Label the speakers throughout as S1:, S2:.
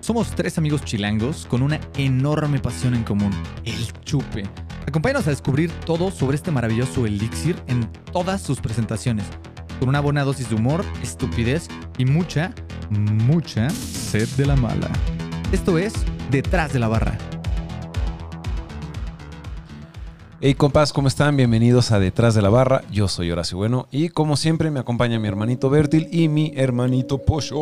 S1: Somos tres amigos chilangos con una enorme pasión en común, el chupe. Acompáñanos a descubrir todo sobre este maravilloso elixir en todas sus presentaciones, con una buena dosis de humor, estupidez y mucha, mucha sed de la mala. Esto es Detrás de la Barra.
S2: Hey compas, ¿cómo están? Bienvenidos a Detrás de la Barra. Yo soy Horacio Bueno y como siempre me acompaña mi hermanito Bertil y mi hermanito Pocho.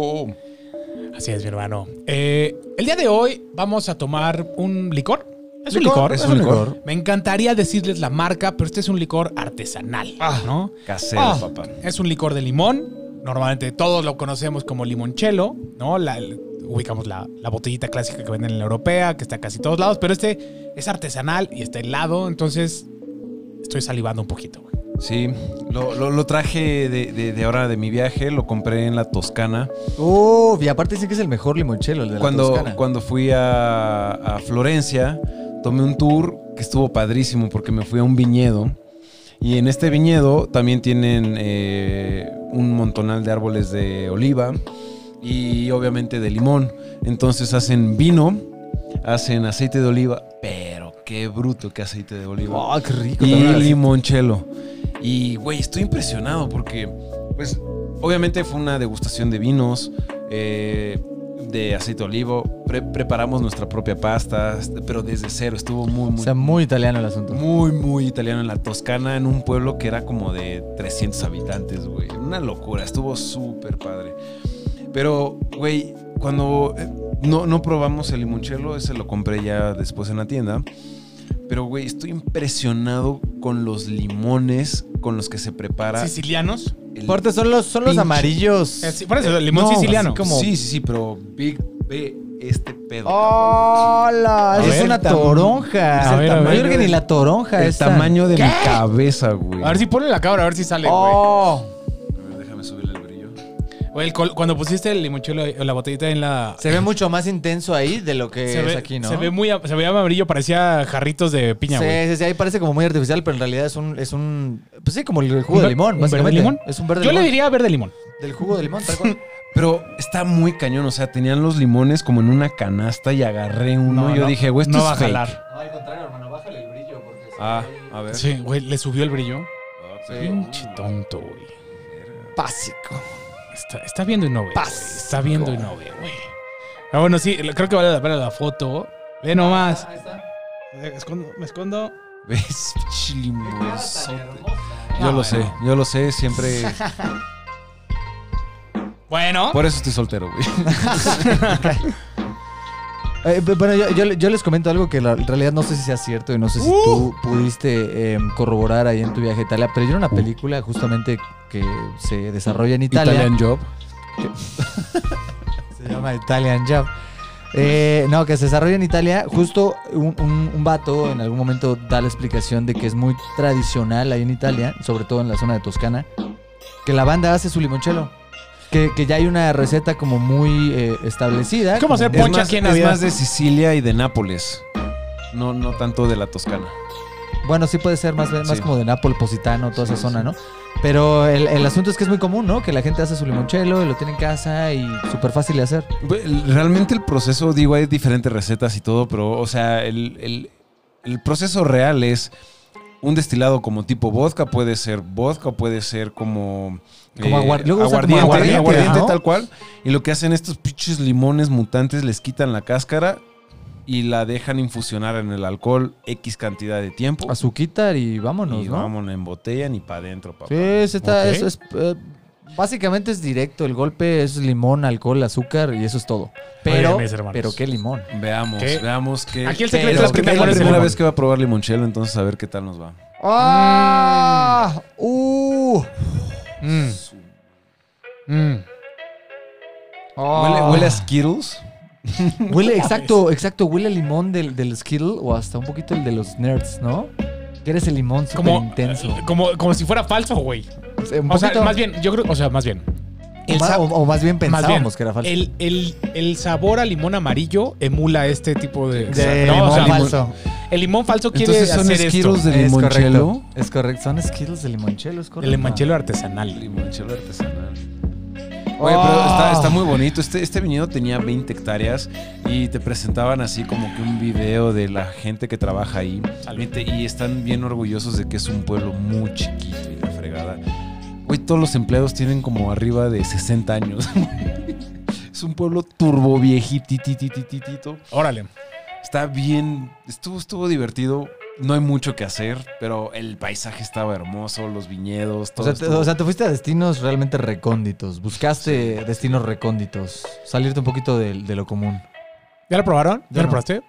S3: Así es, mi hermano. Eh, el día de hoy vamos a tomar un licor. Es un
S2: Licor,
S3: licor.
S2: es un licor.
S3: Me encantaría decirles la marca, pero este es un licor artesanal, ¿no?
S2: Casero,
S3: Ah,
S2: papá.
S3: Es un licor de limón. Normalmente todos lo conocemos como limonchelo, ¿no? La- el- ubicamos la, la botellita clásica que venden en la europea, que está casi en todos lados, pero este es artesanal y está helado, entonces estoy salivando un poquito. güey.
S2: Sí, lo, lo- lo traje de, de- de ahora de mi viaje, lo compré en la Toscana.
S1: Oh, y aparte dicen que es el mejor limonchelo, el de
S2: Cuando, cuando fui a, a Florencia, tomé un tour que estuvo padrísimo porque me fui a un viñedo. Y en este viñedo también tienen eh, un montonal de árboles de oliva y obviamente de limón. Entonces hacen vino, hacen aceite de oliva, pero qué bruto que aceite de oliva
S1: Oh, qué rico.
S2: y
S1: también.
S2: limonchelo. Y, güey, estoy impresionado porque, pues, obviamente fue una degustación de vinos, eh, de aceite de olivo. Pre- preparamos nuestra propia pasta, este, pero desde cero. Estuvo muy,
S1: O
S2: muy,
S1: sea, muy italiano el asunto.
S2: muy, muy italiano en la Toscana, en un pueblo que era como de 300 habitantes, güey. Una locura. Estuvo súper padre. Pero, güey, cuando eh, no, no probamos el limonchelo, ese lo compré ya después en la tienda. Pero, güey, estoy impresionado con los limones con los que se prepara.
S3: ¿Sicilianos?
S2: el-
S1: Aparte son los, son los
S2: Pinche-
S1: amarillos.
S3: Eh, sí, por eso, limón
S1: no,
S3: siciliano.
S1: así como-
S2: Sí, sí, sí, pero Big B, este pedo.
S3: Oh,
S1: ¡Hola!
S3: A
S1: Esa es
S3: ver,
S1: una
S2: tam-
S1: toronja.
S2: es
S1: A
S2: el
S1: ver, a ver.
S2: tamaño
S1: Yo creo que
S2: de-
S1: ni la toronja
S2: cabrón. El
S1: esta.
S2: tamaño de mi cabeza, güey.
S3: A ver si ponle la cámara, a ver si sale, güey.
S1: ¡Oh!
S2: A ver, déjame subirle el brillo.
S3: Güey, el col- cuando pusiste el limonchelo o la botellita en la.
S1: Se ve mucho más intenso ahí de lo que
S3: se
S1: es
S3: ve-
S1: aquí, ¿no?
S3: Se ve muy. a- Se veía amarillo, parecía jarritos de piña, güey.
S1: Sí, sí, sí, ahí parece como muy artificial, pero en realidad es un, es un pues sí, como el jugo de
S3: ¿Un ver-
S1: limón,
S3: un verde
S1: básicamente.
S3: limón?
S1: Es un verde
S3: Yo
S1: limón.
S3: le diría verde limón.
S1: Del jugo de limón, tal cual.
S2: Pero está muy cañón, o sea, tenían los limones como en una canasta y agarré uno y yo dije, güey, esto
S3: no
S2: es
S3: va a
S2: fake".
S3: jalar.
S1: No, al contrario, hermano, bájale el brillo porque
S2: Ah, a ver.
S3: Sí, güey, le subió el brillo.
S2: Ah,
S1: Sí.
S2: pero-
S3: Pinche tonto, güey.
S1: básico.
S3: Está, está viendo y no ve. güey.
S1: Paz.
S3: Está viendo y no ve, güey. Ah, bueno, sí, lo- creo que vale la pena la foto. Ve nomás.
S1: Ah,
S3: Eh, escondo- me escondo.
S2: ¿Ves? Pinche limonzote. Yo lo sé, yo lo sé, siempre...
S3: Bueno.
S2: Por eso estoy soltero, güey.
S1: Eh, pe- bueno, yo, yo, yo les comento algo que la- en realidad no sé si sea cierto y no sé si
S3: Uh.
S1: tú pudiste eh, corroborar ahí en tu viaje a Italia, pero yo era una película justamente que se desarrolla en Italia.
S2: Italian Job.
S1: Se llama Italian Job. Eh, no, que se desarrolla en Italia. Justo un, un- un vato en algún momento da la explicación de que es muy tradicional ahí en Italia, sobre todo en la zona de Toscana, que la banda hace su limonchelo. Que, que ya hay una receta como muy eh, establecida.
S3: Es como hacer
S2: Es,
S1: muy-
S3: Poncha
S2: más,
S3: aquí en
S2: es
S3: Navidad.
S2: más de Sicilia y de Nápoles. No, no tanto de la Toscana.
S1: Bueno, sí puede ser más, más
S2: Sí.
S1: como de Nápoles, Positano, toda esa zona, ¿no? Pero el, el asunto es que es muy común, ¿no? Que la gente hace su limonchelo, y lo tiene en casa y súper fácil de hacer.
S2: Güey, Realmente el proceso, digo, hay diferentes recetas y todo, pero, o sea, el, el- el proceso real es un destilado como tipo vodka, puede ser vodka, puede ser como, eh,
S1: Como aguar- luego usan como
S2: aguardiente,
S1: aguardiente,
S2: aguardiente,
S1: ¿no?
S2: tal cual. Y lo que hacen estos pinches limones mutantes, les quitan la cáscara y la dejan infusionar en el alcohol X cantidad de tiempo.
S1: Azuquitar y vámonos,
S2: Y
S1: ¿no?
S2: vámonos en botella ni para adentro, papá.
S1: Sí, es esta-
S3: Ok.
S1: es- es, eh, básicamente es directo. El golpe es limón, alcohol, azúcar y eso es todo. Pero,
S3: Oigan, mis hermanos.
S1: pero qué limón.
S2: Veamos,
S3: ¿Qué?
S2: veamos que...
S3: Aquí el secreto
S1: Pero,
S3: es que
S1: ¿qué
S3: te
S2: es
S1: tal
S2: la
S3: pones el
S2: primera
S3: limón.
S2: vez que va a probar limonchelo, entonces a ver qué tal nos va.
S1: ¡Ah! ¡Uh!
S3: Mm. Mm.
S4: Oh.
S1: Ah.
S2: Huele, huele a Skittles.
S1: Huele, exacto, exacto. Huele a limón del, del Skittle o hasta un poquito el de los nerds, ¿no? Que eres el limón súper
S3: Como,
S1: intenso.
S3: como, como si fuera falso, güey.
S1: Un
S3: O sea,
S1: poquito-
S3: más bien, yo creo, o sea, más bien.
S1: o, ma-
S3: sa-
S1: o- o más bien
S3: más
S1: pensábamos
S3: bien,
S1: que era falso.
S3: El, el- el sabor a limón amarillo emula este tipo de.
S1: de
S3: no,
S1: limón
S3: o sea,
S1: falso.
S3: el limón falso quiere
S2: Entonces son
S3: hacer
S2: Skittles
S3: esto.
S2: de
S1: Es correcto.
S2: limonchelo.
S1: Es correcto. Son Skittles de limonchelo, es correcto.
S3: El limonchelo artesanal.
S2: Limonchelo artesanal. Oye, pero está,
S3: Oh.
S2: está muy bonito. Este, este viñedo tenía 20 hectáreas y te presentaban así como que un video de la gente que trabaja ahí.
S3: Salud.
S2: Vete, Y están bien orgullosos de que es un pueblo muy chiquito y la fregada. Hoy todos los empleados tienen como arriba de 60 años. es un pueblo turbo viejitititititito.
S3: Órale.
S2: Está bien, estuvo, estuvo divertido. No hay mucho que hacer, pero el paisaje estaba hermoso, los viñedos,
S4: O
S2: todo.
S4: sea, te,
S2: estuvo-
S4: o sea, te fuiste a destinos realmente recónditos. Buscaste destinos recónditos. Salirte un poquito de, de lo común.
S3: ¿Ya lo probaron? ¿Ya
S4: Yo
S3: lo
S4: no.
S3: probaste?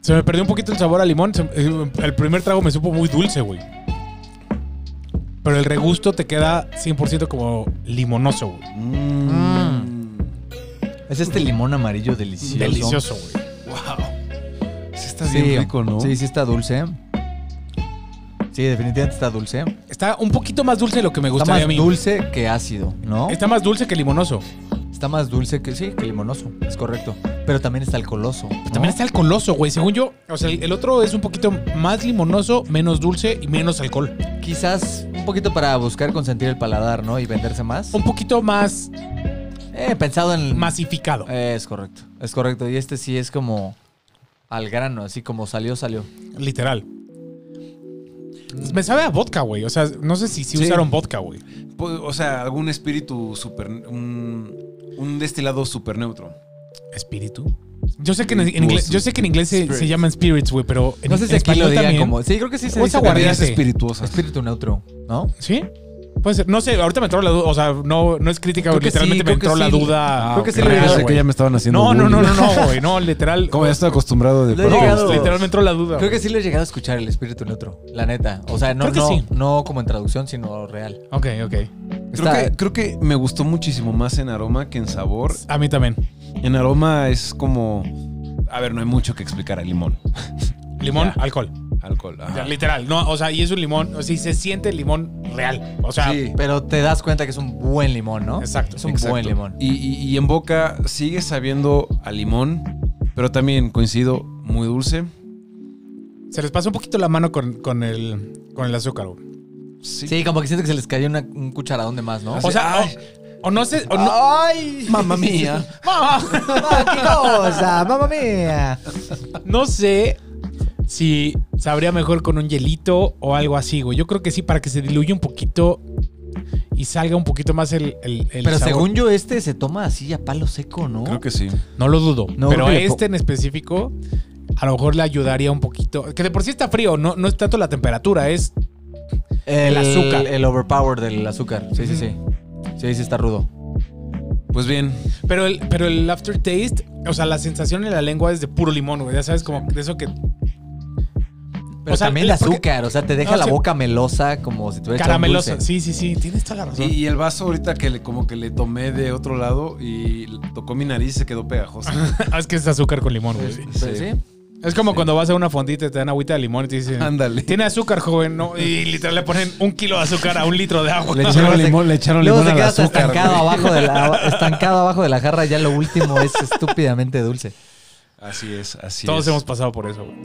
S3: Se me perdió un poquito el sabor a limón. Se- eh, el primer trago me supo muy dulce, güey. Pero el regusto te queda 100% como limonoso, güey.
S2: Mm.
S4: Es este limón amarillo delicioso.
S3: Delicioso, güey.
S2: Sí, está
S4: Sí,
S2: bien rico, ¿no?
S4: Sí, sí está dulce. Sí, definitivamente está dulce.
S3: Está un poquito más dulce de lo que me
S4: Está
S3: gustaría
S4: más
S3: a mí.
S4: dulce que ácido, ¿no?
S3: Está más dulce que limonoso.
S4: Está más dulce que sí, que limonoso, es correcto. Pero también está alcoholoso. ¿no?
S3: También está alcoholoso, güey. Según yo, o sea, el el otro es un poquito más limonoso, menos dulce y menos alcohol.
S4: Quizás un poquito para buscar consentir el paladar, ¿no? Y venderse más.
S3: Un poquito más
S4: Eh, pensado en...
S3: masificado.
S4: Eh, es correcto, es correcto. Y este sí es como al grano, así como salió, salió.
S3: Literal. Me sabe a vodka, güey. O sea, no sé si, si usaron vodka, güey.
S2: Po- O sea, algún espíritu super. Un, un destilado super neutro.
S3: Espíritu. Yo sé que en, en inglés, yo sé que en inglés se,
S2: Spirits.
S3: se llaman spirits, güey, pero en,
S4: No sé si
S3: en
S4: aquí lo
S3: español
S4: digan
S3: también.
S4: como... Sí, creo que sí se
S3: O
S4: dice
S3: esa guardia-
S2: Bebidas
S3: Aguardiente.
S2: espirituosas.
S4: espíritu neutro, ¿no?
S3: ¿Sí? Puede ser. No sé, ahorita me entró la duda. O sea, no, no es crítica,
S4: Creo que
S3: literalmente me
S4: sí, creo que
S3: entró la
S4: sí.
S3: duda.
S4: Creo que sí
S2: Yo
S4: le
S3: real,
S4: digas
S2: pensé que
S3: güey.
S2: ya me estaban haciendo.
S3: No, no, no,
S2: bullying.
S3: no, no, güey. No, literal.
S2: Como ya estoy acostumbrado de este,
S4: Lo he
S2: pronto.
S4: llegado-
S3: No, literal me entró la duda.
S4: Creo
S3: güey.
S4: que sí les he llegado a escuchar el espíritu neutro, la neta. O sea, no,
S3: Creo que
S4: no,
S3: sí.
S4: no como en traducción, sino real.
S3: Ok, ok.
S2: Creo
S4: Está-
S2: que, creo que me gustó muchísimo más en aroma que en sabor.
S3: A mí también.
S2: En aroma es como. A ver, no hay mucho que explicar al limón.
S3: Limón,
S2: Ya.
S3: alcohol.
S2: Alcohol. ajá.
S3: O sea, literal. No, o sea, y es un limón. O sea, y se siente el limón real. O sea,
S2: Sí.
S4: Pero te das cuenta que es un buen limón, ¿no?
S3: Exacto.
S4: Es un
S2: Exacto.
S4: buen limón.
S2: Y, y- y en boca sigue sabiendo a limón, pero también coincido, muy dulce.
S3: se les pasa un poquito la mano con, con el, con el azúcar, güey.
S2: Sí.
S4: Sí, como que siento que se les cayó una- un cucharadón de más, ¿no?
S3: O sea,
S2: ay.
S3: o, o no sé. o no-
S4: ¡Ay!
S2: Mamma mía.
S4: Ah, ¡Qué cosa! ¡Mamma mía!
S3: No sé si sabría mejor con un hielito o algo así, güey. Yo creo que sí, para que se diluya un poquito y salga un poquito más el, el- el
S4: Pero
S3: sabor.
S4: según yo, este se toma así a palo seco, ¿no?
S2: Creo que sí.
S3: No lo dudo.
S4: No,
S3: pero
S4: creo que le po-
S3: este en específico, a lo mejor le ayudaría un poquito. Que de por sí está frío, no, no es tanto la temperatura, es... El
S4: el,
S3: azúcar.
S4: El overpower del azúcar. Sí, sí, sí. Sí, sí, está rudo.
S2: Pues bien,
S3: Pero el, pero el aftertaste, o sea, la sensación en la lengua es de puro limón, güey. Ya sabes, como de eso que...
S4: Pero
S3: O sea,
S4: también el
S3: porque-
S4: azúcar, o sea, te deja
S3: No,
S4: la
S3: sí.
S4: boca melosa, como si tuviera
S3: Carameloso. Sí, sí, sí, tienes toda la razón.
S2: y, y el vaso ahorita que le, como que le tomé de otro lado y tocó mi nariz y se quedó pegajoso.
S3: Ah, es que es azúcar con limón, güey.
S4: Sí. sí.
S3: Es como cuando vas a una fondita y te dan agüita de limón y te dicen...
S2: Ándale.
S3: Tiene azúcar, joven, ¿no? Y literal le ponen un kilo de azúcar a un litro de agua.
S2: Le
S4: Luego
S2: echaron
S4: se-
S2: limón, le echaron
S4: Luego
S2: limón
S4: se
S2: al
S4: queda hasta
S2: azúcar.
S4: estancado
S2: güey.
S4: abajo, de la, estancado abajo de la jarra. Ya lo último es estúpidamente dulce.
S2: Así es, así
S3: Todos
S2: es.
S3: hemos pasado por eso, güey.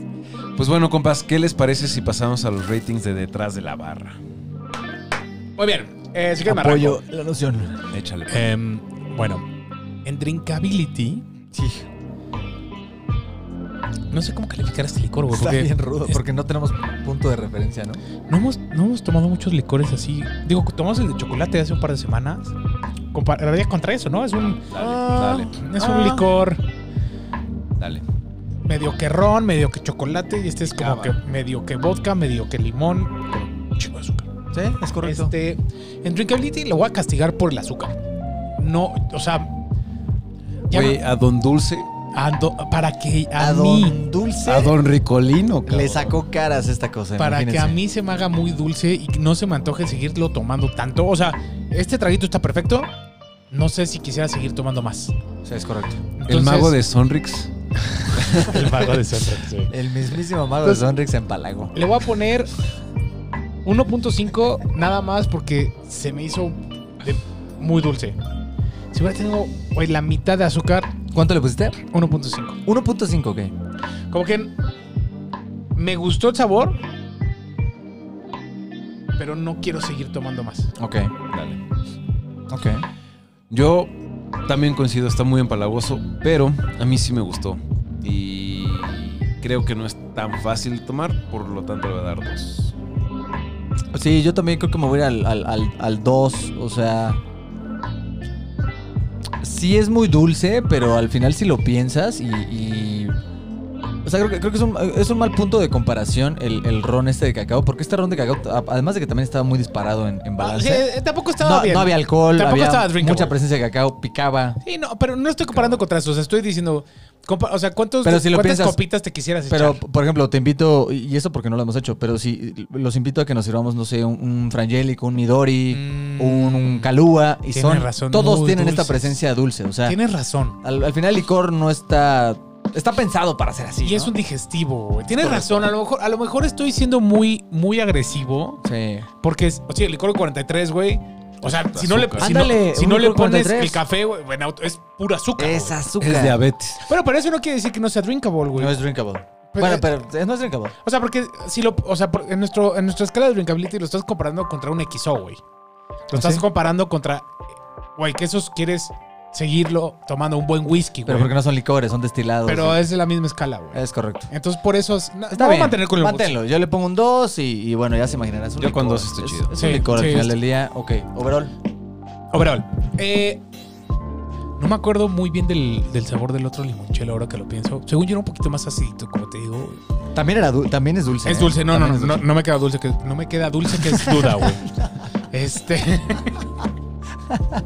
S2: Pues bueno, compas, ¿qué les parece si pasamos a los ratings de detrás de la barra?
S3: Muy bien. Eh, sí que me
S4: Apoyo
S3: arranco.
S4: la noción.
S2: Échale. pues,
S3: Em, bueno, en Drinkability...
S4: Sí,
S3: No sé cómo calificar este licor, güey.
S4: está
S3: porque
S4: bien rudo
S3: es-
S4: porque no tenemos punto de referencia, ¿no?
S3: No hemos, no hemos tomado muchos licores así. Digo, tomamos el de chocolate hace un par de semanas. Compararía contra eso, ¿no? Es un, ah,
S2: Dale,
S3: es un licor
S2: dale, dale.
S3: medio que ron, medio que chocolate. Y este es como
S2: Cava.
S3: que medio que vodka, medio que limón. con un chingo de azúcar.
S4: Sí, es correcto.
S3: Este, en Drinkability lo voy a castigar por el azúcar. No, o sea. ya
S2: Oye,
S3: no-
S2: a Don Dulce,
S3: a do- para que a,
S4: a
S3: mí.
S4: don Dulce
S2: a Don Ricolino.
S4: le
S2: cabrón.
S4: sacó caras esta cosa.
S3: Para que a
S4: imagínense.
S3: mí se me haga muy dulce y que no se me antoje seguirlo tomando tanto. O sea, este traguito está perfecto. No sé si quisiera seguir tomando más.
S4: Sí, es correcto.
S2: El
S3: Entonces-
S2: mago de Sonrix.
S3: El mago de Sonrix, sí.
S4: El mismísimo mago de
S3: Entonces-
S4: Sonrix en Palago.
S3: Le voy a poner 1.5 nada más porque se me hizo de- muy dulce. Si hubiera tenido güey, la mitad de azúcar,
S4: ¿Cuánto le pusiste?
S3: 1.5.
S4: 1.5, ok.
S3: Como que me gustó el sabor, pero no quiero seguir tomando más.
S4: Ok.
S2: Dale.
S1: Ok.
S2: Yo también coincido, está muy empalagoso, pero a mí sí me gustó. Y creo que no es tan fácil de tomar, por lo tanto le voy a dar dos.
S4: Sí, yo también creo que me voy a ir al- al- al- al 2. O sea. Sí es muy dulce, pero al final si lo piensas y. y- o sea, creo que, creo que es, un, es un mal punto de comparación el, el ron este de cacao, porque este ron de cacao, a- además de que también estaba muy disparado en, en
S3: Sí,
S4: balance,
S3: eh, tampoco estaba
S4: no,
S3: bien.
S4: no había alcohol,
S3: Tampoco
S4: había
S3: estaba drinkable.
S4: mucha presencia de cacao, picaba.
S3: Sí, no, pero no estoy comparando contra esos. Estoy diciendo, compa- o sea, ¿cuántos,
S4: Pero si lo
S3: ¿cuántas
S4: piensas-
S3: copitas te quisieras
S4: Pero,
S3: echar?
S4: por ejemplo, te invito, y eso porque no lo hemos hecho, pero si los invito a que nos sirvamos, no sé, un, un frangélico, un midori,
S3: Mm.
S4: un, un calúa, y
S3: Tienes
S4: son.
S3: razón,
S4: todos
S3: muy
S4: tienen esta
S3: dulces.
S4: presencia dulce, o sea.
S3: Tienes razón.
S4: Al, al final, el licor no está. Está pensado para ser así.
S3: Y
S4: ¿no?
S3: es un digestivo, güey. Tienes razón. A lo, mejor, a lo mejor estoy siendo muy, muy agresivo.
S4: Sí.
S3: Porque, es- o sea, el licor 43, güey. O sea, si no le, si no-
S4: Ándale,
S3: si
S4: un
S3: no le
S4: licor
S3: pones
S4: 43.
S3: el café, güey, bueno, es pura azúcar.
S4: Es
S3: güey.
S4: azúcar.
S2: Es diabetes.
S3: Bueno, pero eso no quiere decir que no sea drinkable, güey.
S4: No es drinkable.
S3: Pero-
S4: bueno, pero es- no es drinkable.
S3: O sea, porque si lo, o sea, por- en nuestro, en nuestra escala de drinkability lo estás comparando contra un XO, güey. Lo estás
S4: ¿Ah, sí?
S3: comparando contra, güey, que esos quieres seguirlo tomando un buen whisky,
S4: Pero
S3: güey.
S4: porque
S3: Pero,
S4: no son licores, son destilados.
S3: es de la misma escala, güey.
S4: Es correcto.
S3: Entonces por eso es, no,
S4: Está
S3: no voy
S4: bien.
S3: a mantener con el
S4: Manténlo. Yo le pongo un 2 y, y bueno, ya se imaginarán. es un
S2: Yo con
S4: licor.
S2: dos estoy
S4: Es-
S2: chido.
S4: Es, un
S3: Sí,
S4: licor al
S3: sí,
S4: final
S3: es-
S4: del día. Ok, overall.
S3: Overall. Eh, no me acuerdo muy bien del, del sabor del otro limonchelo ahora que lo pienso. Según yo era un poquito más acidito, como te digo. güey.
S4: También, era dul- también es dulce.
S3: Es
S4: ¿eh?
S3: dulce, no, no,
S4: También
S3: no,
S4: es
S3: no,
S4: dulce.
S3: no me queda dulce que no me queda dulce que es duda, güey. Este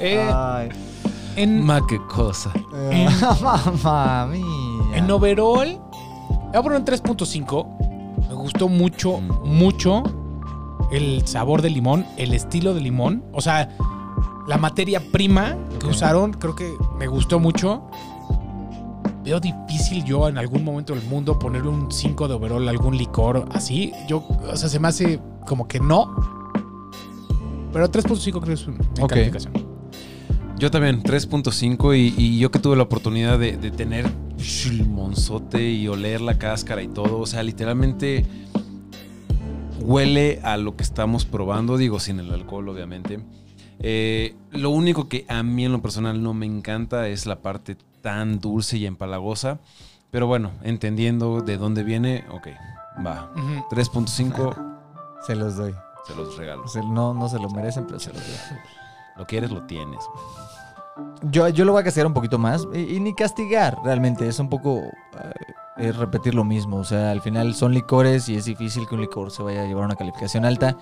S3: Eh,
S4: Ay.
S3: en,
S2: Ma, qué cosa.
S4: eh, Mamma mía.
S3: En overall, ah, le voy a poner un 3.5. Me gustó mucho, mucho el sabor del limón, el estilo del limón. O sea, la materia prima que usaron, creo que me gustó mucho. Veo difícil yo en algún momento del mundo ponerle un 5 de overall a algún licor así. Yo, o sea, se me hace como que no. Pero 3.5 creo que es una
S4: Ok.
S3: calificación.
S2: Yo también, 3.5 y, y yo que tuve la oportunidad de, de tener el monzote y oler la cáscara y todo, o sea, literalmente huele a lo que estamos probando, digo, sin el alcohol obviamente. Eh, lo único que a mí en lo personal no me encanta es la parte tan dulce y empalagosa, pero bueno, entendiendo de dónde viene, ok, va.
S3: Ujú.
S2: 3.5
S4: Se los doy.
S2: se los regalo.
S4: Se- no, no se lo merecen, pero se los doy.
S2: Lo quieres, lo tienes.
S4: Yo, yo lo voy a castigar un poquito más. Y, y ni castigar, realmente. Es un poco. eh, es repetir lo mismo. O sea, al final son licores y es difícil que un licor se vaya a llevar una calificación alta.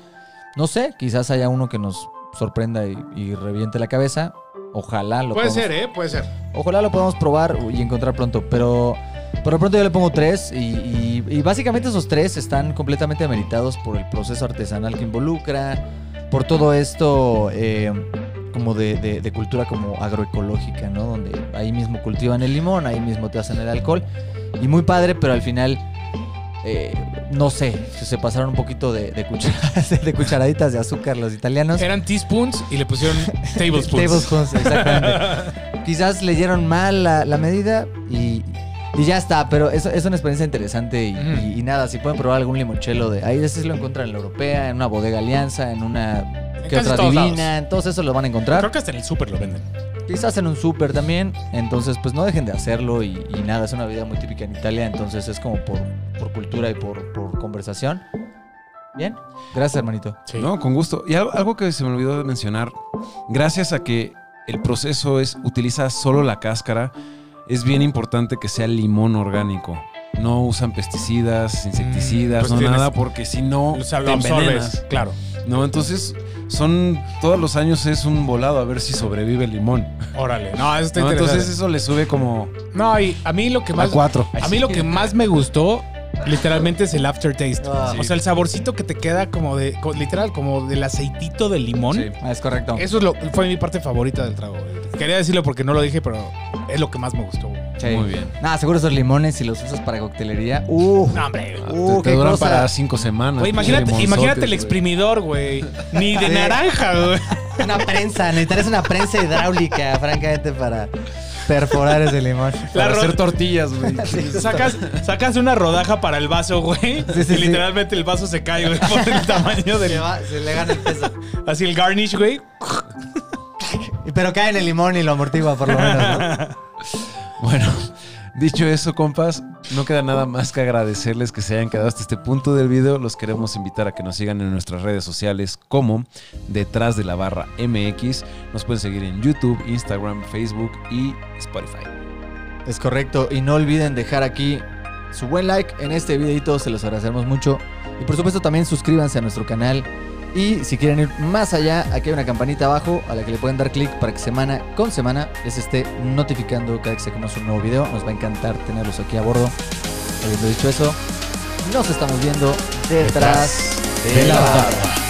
S4: No sé, quizás haya uno que nos sorprenda y, y reviente la cabeza. Ojalá lo
S3: Puede
S4: podamos-
S3: ser, ¿eh? Puede ser.
S4: Ojalá lo podamos probar y encontrar pronto. Pero por lo pronto yo le pongo tres. Y, y- y básicamente esos tres están completamente ameritados por el proceso artesanal que involucra. Por todo esto eh, como de, de- de cultura como agroecológica, ¿no? Donde ahí mismo cultivan el limón, ahí mismo te hacen el alcohol. Y muy padre, pero al final. eh, no sé, se- se pasaron un poquito de, de cucharadas- de cucharaditas de azúcar los italianos.
S3: Eran teaspoons y le pusieron tablespoons.
S4: Tablespoons, exactamente. Quizás leyeron mal la, la medida y, y ya está, pero es, es una experiencia interesante y,
S3: Ujú.
S4: y- y nada, si pueden probar algún limonchelo de ahí, ese sí lo encuentran en la europea, en una bodega alianza, en una
S3: En
S4: que
S3: casi
S4: otra
S3: todos
S4: divina,
S3: lados.
S4: en todos esos lo van a encontrar.
S3: Creo que hasta en el súper lo venden.
S4: Quizás en un súper también, entonces pues no dejen de hacerlo y, y nada, es una vida muy típica en Italia, entonces es como por, por cultura y por, por conversación. Bien, gracias hermanito.
S3: Sí.
S2: No, con gusto. Y al- algo que se me olvidó de mencionar, gracias a que el proceso es utiliza solo la cáscara, es bien importante que sea limón orgánico. No usan pesticidas, insecticidas,
S3: pues
S2: no
S3: tienes-
S2: nada, porque si no
S3: Los
S2: te envenenas.
S3: Claro.
S2: No, entonces son todos los años es un volado a ver si sobrevive el limón.
S3: Órale. No, eso está
S2: No,
S3: interesante.
S2: entonces eso le sube como
S3: no, y a mí lo que
S2: a
S3: más.
S2: cuatro.
S3: A mí lo que más me gustó, literalmente, es el aftertaste.
S4: Ah,
S3: O sea, el saborcito que te queda como de. co- literal, como del aceitito del limón.
S2: Sí.
S4: Ah, Es correcto.
S3: Eso es lo, fue mi parte favorita del trago. güey. Quería decirlo porque no lo dije, pero es lo que más me gustó. güey.
S4: Sí.
S2: Muy bien.
S4: Nada, seguro esos limones si los usas para coctelería. Uh,
S3: No, hombre. güey.
S4: Uh,
S2: te, te
S4: qué
S2: duran
S4: cosa.
S2: para cinco semanas.
S3: Güey, imagínate,
S2: Limonzotes,
S3: imagínate el
S2: güey.
S3: exprimidor, güey. Ni de
S4: Sí.
S3: naranja, güey.
S4: una prensa, necesitarías una prensa hidráulica, francamente, para perforar ese limón.
S2: Para
S3: La ro-
S2: hacer tortillas, güey.
S3: Sacas, sacas una rodaja para el vaso, güey.
S4: Sí, sí,
S3: y
S4: sí.
S3: literalmente el vaso se cae, güey, por el tamaño del.
S4: Se le gana el peso.
S3: Así el garnish, güey.
S4: Pero cae en el limón y lo amortigua, por lo menos. ¿no?
S2: Bueno, dicho eso, compas, no queda nada más que agradecerles que se hayan quedado hasta este punto del video. Los queremos invitar a que nos sigan en nuestras redes sociales como Detrás de la Barra MX. Nos pueden seguir en YouTube, Instagram, Facebook y Spotify.
S4: Es correcto. Y no olviden dejar aquí su buen like en este videito. Se los agradecemos mucho. Y por supuesto también suscríbanse a nuestro canal. Y si quieren ir más allá, aquí hay una campanita abajo a la que le pueden dar clic para que semana con semana les esté notificando cada que sacamos un nuevo video. Nos va a encantar tenerlos aquí a bordo. Habiendo dicho eso, nos estamos viendo detrás, de la barra.